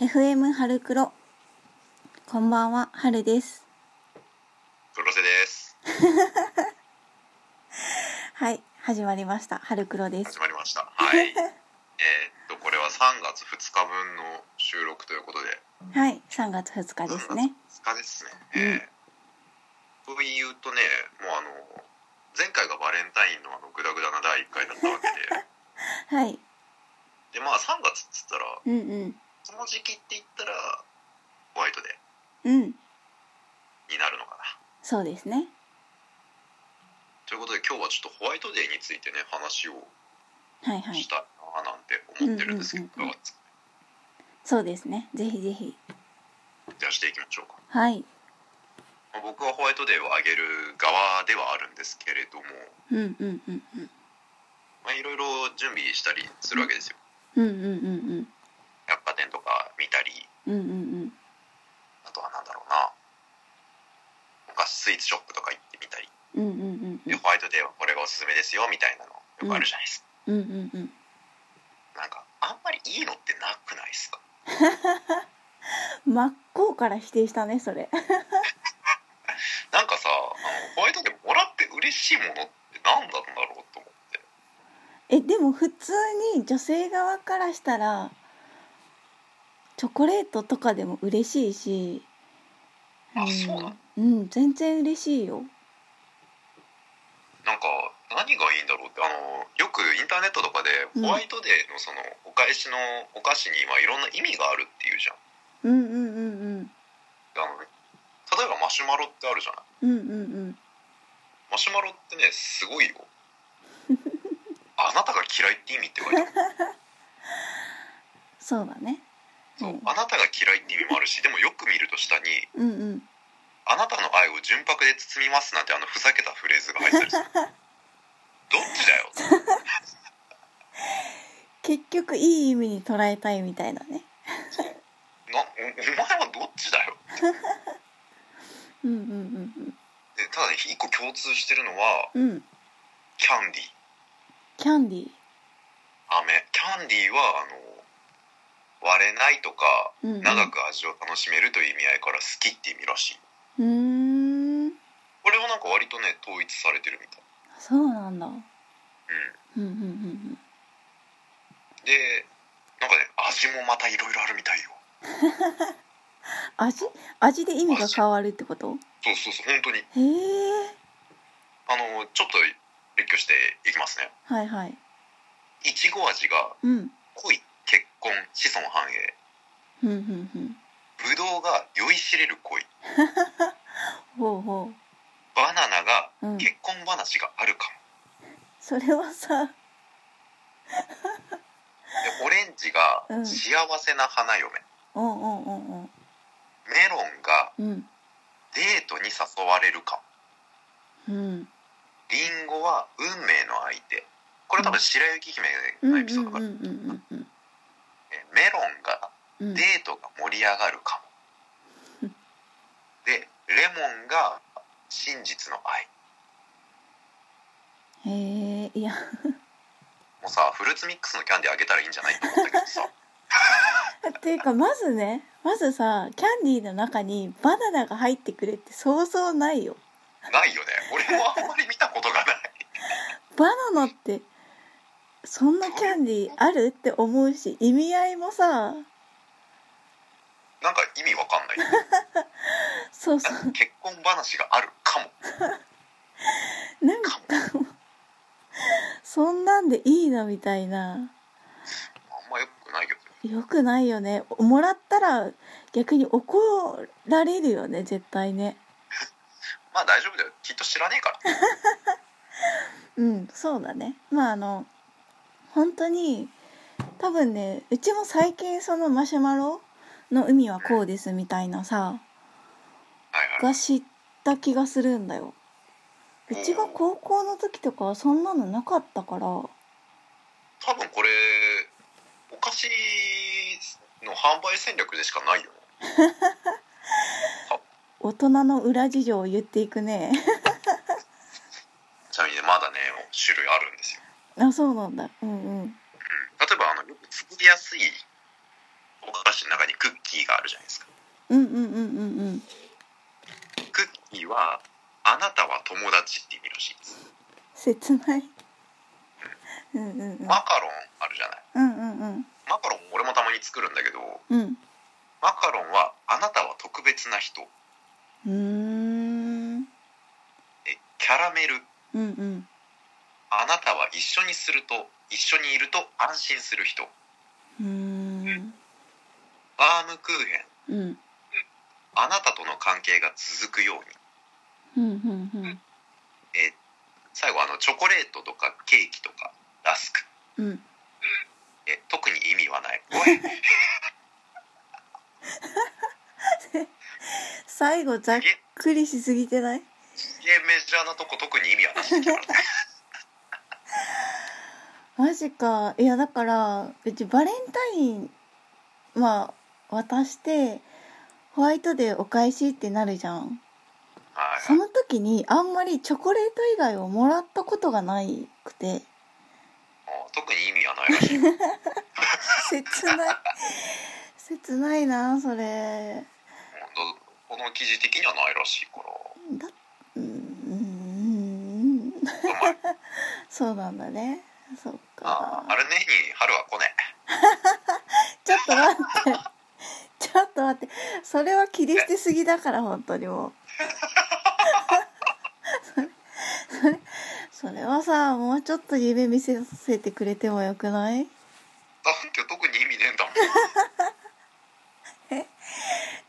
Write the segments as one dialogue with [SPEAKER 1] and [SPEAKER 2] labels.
[SPEAKER 1] FM 春黒こんばんは春です
[SPEAKER 2] 黒瀬です。
[SPEAKER 1] はい始まりました春黒です
[SPEAKER 2] 始まりました。 はい。えーっとこれは3月2日分の収録ということで、
[SPEAKER 1] はい3月2日ですね
[SPEAKER 2] 2日ですね。えーというとね、もうあの前回がバレンタインのあのグダグダな第1回だったわけ
[SPEAKER 1] はい
[SPEAKER 2] で、でまあ3月っつったら
[SPEAKER 1] うんうん
[SPEAKER 2] その時期って言ったらホワイトデ
[SPEAKER 1] うん
[SPEAKER 2] ーになるのかな。
[SPEAKER 1] そうですね
[SPEAKER 2] ということで今日はちょっとホワイトデーについてね話を
[SPEAKER 1] はいはい
[SPEAKER 2] したいななんて思ってるんですけど、
[SPEAKER 1] うんうんうんうん
[SPEAKER 2] いかがですか
[SPEAKER 1] そうですねぜひぜひ
[SPEAKER 2] じゃあしていきましょうか。
[SPEAKER 1] はい
[SPEAKER 2] まあ僕はホワイトデーをあげる側ではあるんですけれども、
[SPEAKER 1] うんうんうん
[SPEAKER 2] まあ、いろいろ準備したりするわけですよ
[SPEAKER 1] うんうんうんうん
[SPEAKER 2] 百貨店とか見たり
[SPEAKER 1] うんうんうん
[SPEAKER 2] あとはなんだろうなお菓子スイーツショップとか行ってみたり
[SPEAKER 1] うんうんうん
[SPEAKER 2] でホワイトデーはこれがおすすめですよみたいなのよくあるじゃないですか、
[SPEAKER 1] うんうんうんうん
[SPEAKER 2] なんかあんまりいいのってなくないですか
[SPEAKER 1] 真っ向から否定したねそれ
[SPEAKER 2] なんかさあのホワイトデーもらって嬉しいものって何なんだろうと思って
[SPEAKER 1] えでも普通に女性側からしたらチョコレートとかでも嬉しいし
[SPEAKER 2] あそうなの
[SPEAKER 1] うん、うん、全然嬉しいよ
[SPEAKER 2] なんか何がいいんだろうってあのよくインターネットとかでホワイトデーのそのお返しのお菓子にまあいろんな意味があるっていうじゃん
[SPEAKER 1] うんうんうんうん
[SPEAKER 2] あの例えばマシュマロってあるじゃない
[SPEAKER 1] うんうん
[SPEAKER 2] マシュマロってねすごいよあなたが嫌いって意味って書いてある
[SPEAKER 1] そうだね
[SPEAKER 2] そう
[SPEAKER 1] うん
[SPEAKER 2] あなたが嫌いって意味もあるしでもよく見ると下に
[SPEAKER 1] うんうん
[SPEAKER 2] 「あなたの愛を純白で包みます」なんてあのふざけたフレーズが入ったりするどっちだよ
[SPEAKER 1] 結局いい意味に捉えたいみたいだね
[SPEAKER 2] なおお前はどっちだよ
[SPEAKER 1] うんうんうん
[SPEAKER 2] でただね一個共通してるのは
[SPEAKER 1] うんうん
[SPEAKER 2] キャンディー
[SPEAKER 1] キャンディー
[SPEAKER 2] 飴キャンディーはあの割れないとか
[SPEAKER 1] うんうん
[SPEAKER 2] 長く味を楽しめるという意味合いから好きって意味らしいう
[SPEAKER 1] ーん
[SPEAKER 2] これはなんか割とね統一されてるみたい
[SPEAKER 1] そうなんだうん
[SPEAKER 2] うん
[SPEAKER 1] うんうん
[SPEAKER 2] でなんかね味もまたいろいろあるみたいよ
[SPEAKER 1] うん味味で意味が変わるってこと
[SPEAKER 2] そうそうそう本当に
[SPEAKER 1] へえ
[SPEAKER 2] あのちょっと列挙していきますね
[SPEAKER 1] はいはい
[SPEAKER 2] いちご味が
[SPEAKER 1] うん
[SPEAKER 2] 恋結婚子孫繁栄
[SPEAKER 1] うんうんうん
[SPEAKER 2] ぶどうが酔いしれる恋
[SPEAKER 1] ほうほ
[SPEAKER 2] バナナが
[SPEAKER 1] ううん
[SPEAKER 2] 結婚話があるか
[SPEAKER 1] それはさ
[SPEAKER 2] もでオレンジが
[SPEAKER 1] うん
[SPEAKER 2] 幸せな花嫁、
[SPEAKER 1] うんうんうんうん
[SPEAKER 2] メロンが
[SPEAKER 1] うん
[SPEAKER 2] デートに誘われるか
[SPEAKER 1] うん
[SPEAKER 2] リンゴは運命の相手これ多分白雪姫
[SPEAKER 1] うんう
[SPEAKER 2] の
[SPEAKER 1] ん
[SPEAKER 2] エピソード
[SPEAKER 1] う
[SPEAKER 2] が、
[SPEAKER 1] んうんうん
[SPEAKER 2] えメロンが
[SPEAKER 1] うん
[SPEAKER 2] デートが盛り上がるか
[SPEAKER 1] う
[SPEAKER 2] も
[SPEAKER 1] ん
[SPEAKER 2] でレモンが真実の愛
[SPEAKER 1] へえいや
[SPEAKER 2] もうさフルーツミックスのキャンディーあげたらいいんじゃないと思ったけどさ
[SPEAKER 1] っていうかまずねまずさキャンディーの中にバナナが入ってくれってそうそうないよ
[SPEAKER 2] ないよね俺もあんまり見たことがない
[SPEAKER 1] バナナってそんなキャンディーあるって思うし意味合いもさ
[SPEAKER 2] なんか意味わかんない
[SPEAKER 1] そうそ
[SPEAKER 2] なんか結婚話があるかも
[SPEAKER 1] うなんか
[SPEAKER 2] かも
[SPEAKER 1] そんなんでいいのみたいな
[SPEAKER 2] あんまよくないけど
[SPEAKER 1] よくないよねもらったら逆に怒られるよね絶対ね
[SPEAKER 2] まあ大丈夫だよきっと知らねえか
[SPEAKER 1] う
[SPEAKER 2] ら
[SPEAKER 1] んそうだねまああの本当に多分ねうちも最近そのマシュマロの海はこうですみたいなさ
[SPEAKER 2] はいはい
[SPEAKER 1] が知った気がするんだようちが高校の時とかはそんなのなかったから
[SPEAKER 2] 多分これお菓子の販売戦略でしかないよね
[SPEAKER 1] 大人の裏事情を言っていくね
[SPEAKER 2] ちなみにねまだね種類あるんですよ
[SPEAKER 1] あそうなんだうんうん
[SPEAKER 2] 例えばあのよく作りやすいお菓子の中にクッ
[SPEAKER 1] うんうんうんうん
[SPEAKER 2] クッキーはあなたは友達って意味らしいです
[SPEAKER 1] 切ないうんうんうん
[SPEAKER 2] マカロンあるじゃない
[SPEAKER 1] うんうんうん
[SPEAKER 2] マカロン俺もたまに作るんだけど
[SPEAKER 1] うん
[SPEAKER 2] マカロンはあなたは特別な人
[SPEAKER 1] うーん
[SPEAKER 2] えキャラメル
[SPEAKER 1] うんうん
[SPEAKER 2] あなたは一緒にすると一緒にいると安心する人
[SPEAKER 1] うーん
[SPEAKER 2] バームクーヘン
[SPEAKER 1] うん
[SPEAKER 2] あなたとの関係が続くように
[SPEAKER 1] うんうんうん
[SPEAKER 2] えー最後あのチョコレートとかケーキとかラスク
[SPEAKER 1] うん
[SPEAKER 2] えー特に意味はない おい
[SPEAKER 1] 最後ざっくりしすぎてない
[SPEAKER 2] すげえメジャーなとこ特に意味はなしって 言われた
[SPEAKER 1] マジかいやだからうちバレンタインまあ渡してホワイトデーお返しってなるじゃん
[SPEAKER 2] はい
[SPEAKER 1] その時にあんまりチョコレート以外をもらったことがないくて
[SPEAKER 2] もう特に意味はないらしいうん
[SPEAKER 1] 切ない 切ないなそれ
[SPEAKER 2] どこの記事的にはないらしいから
[SPEAKER 1] だうーんそうなんだねそっ
[SPEAKER 2] あ
[SPEAKER 1] か
[SPEAKER 2] ーあれねに春は来ね
[SPEAKER 1] ちょっと待って ちょっと待ってそれは切り捨てすぎだから本当にもう それそれそれはさもうちょっと夢見せさせてくれてもよくない
[SPEAKER 2] だって特に意味ねえんだもん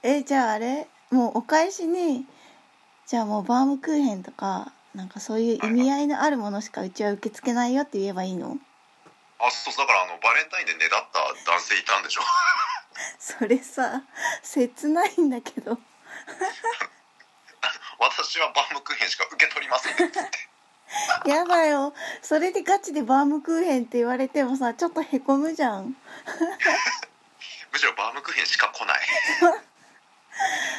[SPEAKER 1] えじゃああれもうお返しにじゃあもうバームクーヘンとかなんかそういう意味合いのあるものしかうちは受け付けないよって言えばいいの
[SPEAKER 2] あそうそうだからあのバレンタインでねだった男性いたんでしょ
[SPEAKER 1] それさ切ないんだけど
[SPEAKER 2] 私はバームクーヘンしか受け取りませんって言っ て
[SPEAKER 1] やだよそれでガチでバームクーヘンって言われてもさちょっとへこむじゃん
[SPEAKER 2] むしろバームクーヘンしか来ない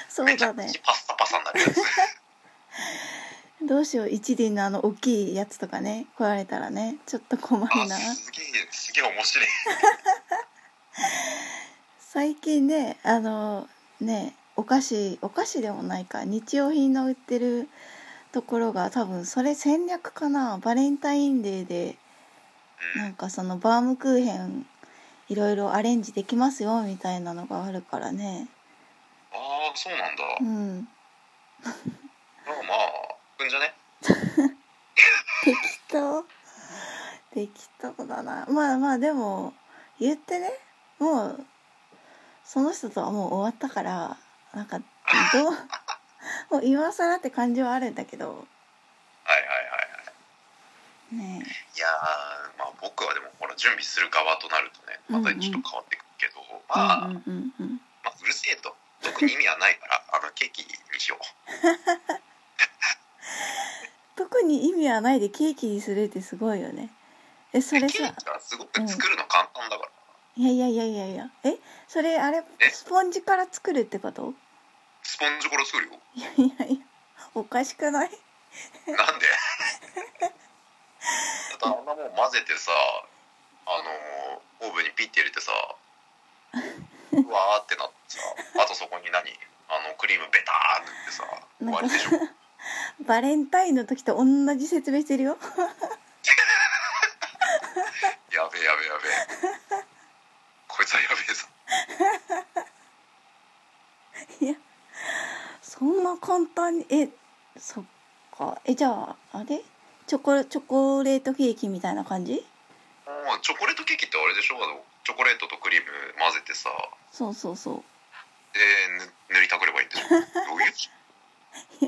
[SPEAKER 1] そう
[SPEAKER 2] めち
[SPEAKER 1] だ
[SPEAKER 2] ゃく
[SPEAKER 1] ね
[SPEAKER 2] ちゃパスタパサになるやつ
[SPEAKER 1] どうしよう一輪のあの大きいやつとかね来られたらねちょっと困るな
[SPEAKER 2] あすげえすげえ面白い
[SPEAKER 1] 最近ねあのねお菓子お菓子でもないか日用品の売ってるところが多分それ戦略かなバレンタインデーで
[SPEAKER 2] うん
[SPEAKER 1] なんかそのバームクーヘンいろいろアレンジできますよみたいなのがあるからね
[SPEAKER 2] ああそうなんだ、
[SPEAKER 1] うん
[SPEAKER 2] まあまあくんじゃね
[SPEAKER 1] 適当適当だなまあまあでも言ってねもうその人とはもう終わったからなんかどう もう今更って感じはあるんだけど
[SPEAKER 2] はいはいはいはい
[SPEAKER 1] ね
[SPEAKER 2] いやーまあ僕はでもほら準備する側となるとねまたちょっと変わってくるけど、
[SPEAKER 1] えう
[SPEAKER 2] まあ、
[SPEAKER 1] んうんうんうん
[SPEAKER 2] まあうるせえと特に意味はないからあのケーキにしよう
[SPEAKER 1] 特に意味はないでケーキにするってすごいよねえそ
[SPEAKER 2] で
[SPEAKER 1] れ
[SPEAKER 2] ケー
[SPEAKER 1] さ
[SPEAKER 2] キはすごく作るの簡単だから、
[SPEAKER 1] いやいやいやいやいやえそれあれスポンジから作るってこと
[SPEAKER 2] スポンジから作るよ
[SPEAKER 1] いやいやいやおかしくない
[SPEAKER 2] なんで だってあんなもん混ぜてさあのーオーブンにピッて入れてさうわーってなってさあとそこに何あのクリームベターってってさ終わりでしょ
[SPEAKER 1] バレンタインの時と同じ説明してるよ
[SPEAKER 2] やべえやべえやべえこいつはやべ
[SPEAKER 1] い
[SPEAKER 2] えぞ
[SPEAKER 1] やそんな簡単にえそっかえじゃああれチョコチョコレートケーキみたいな感じ
[SPEAKER 2] もうチョコレートケーキってあれでしょあのチョコレートとクリーム混ぜてさ
[SPEAKER 1] そうそうそう
[SPEAKER 2] でぬ塗りたくればいいんでしょどうい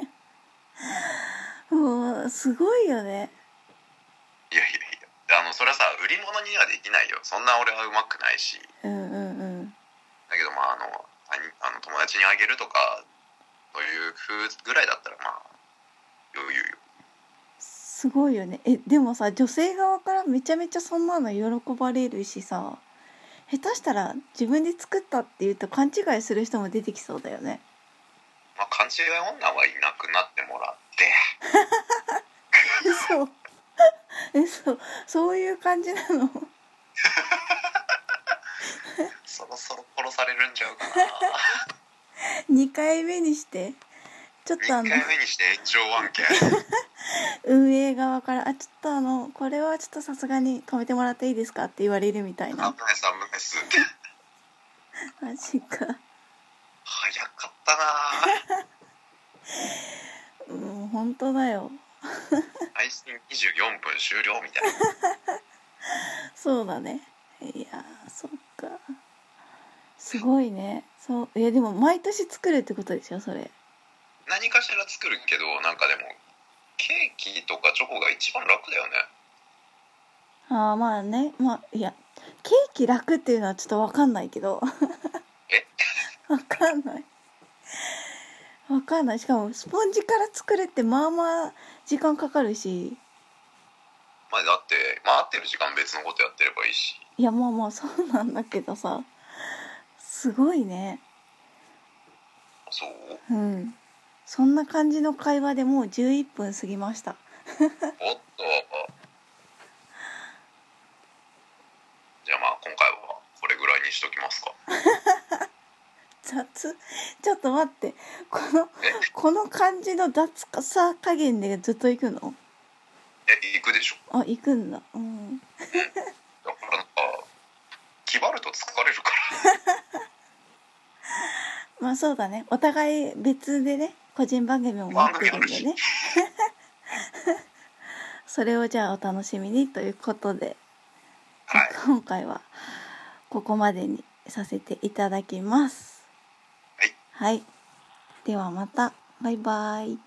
[SPEAKER 2] う
[SPEAKER 1] もうすごいよね
[SPEAKER 2] いやいやいやあのそれはさ売り物にはできないよそんな俺はうまくないし
[SPEAKER 1] うんうんうん
[SPEAKER 2] だけどまああのあにあの友達にあげるとかそういう風ぐらいだったらまあ余裕よ
[SPEAKER 1] すごいよねえでもさ女性側からめちゃめちゃそんなの喜ばれるしさ下手したら自分で作ったっていうと勘違いする人も出てきそうだよね
[SPEAKER 2] まあ勘違い女はいなくなってもらって
[SPEAKER 1] 嘘嘘 そういう感じなの
[SPEAKER 2] そろそろ殺されるんちゃうかな
[SPEAKER 1] 2回目にしてちょっ
[SPEAKER 2] 1
[SPEAKER 1] とあ
[SPEAKER 2] 回
[SPEAKER 1] の
[SPEAKER 2] 目にして延長案件
[SPEAKER 1] 運営側から「あちょっとあのこれはちょっとさすがに止めてもらっていいですか?」って言われるみたい
[SPEAKER 2] 危な
[SPEAKER 1] ない
[SPEAKER 2] です危ないです
[SPEAKER 1] マジか
[SPEAKER 2] 早かったな
[SPEAKER 1] もう本当だよ
[SPEAKER 2] 配信24分終了みたいな
[SPEAKER 1] そうだねいやーそっかすごいねそうえでも毎年作るってことでしょそれ
[SPEAKER 2] 何かしら作るけどなんかでもケーキとかチョコが一番楽だよね
[SPEAKER 1] ああまあねまあいやケーキ楽っていうのはちょっとわかんないけど
[SPEAKER 2] え
[SPEAKER 1] わかんないわかんないしかもスポンジから作るってまあまあ時間かかるし
[SPEAKER 2] まあだって回ってる時間別のことやってればいいし
[SPEAKER 1] いやまあまあそうなんだけどさすごいね
[SPEAKER 2] そう
[SPEAKER 1] うんそんな感じの会話でもう11分過ぎました
[SPEAKER 2] おっとじゃあまあ今回はこれぐらいにしときますか
[SPEAKER 1] 雑ちょっと待ってこの
[SPEAKER 2] え
[SPEAKER 1] この感じの雑さ加減でずっと行くの
[SPEAKER 2] え行くでしょ
[SPEAKER 1] あ行くんだうん
[SPEAKER 2] だからなんか気張ると疲れるから
[SPEAKER 1] まあそうだねお互い別でね個人番組も持ってるんでね それをじゃあお楽しみにということで、
[SPEAKER 2] はい
[SPEAKER 1] 今回はここまでにさせていただきます
[SPEAKER 2] はい、
[SPEAKER 1] はい、ではまたバイバイ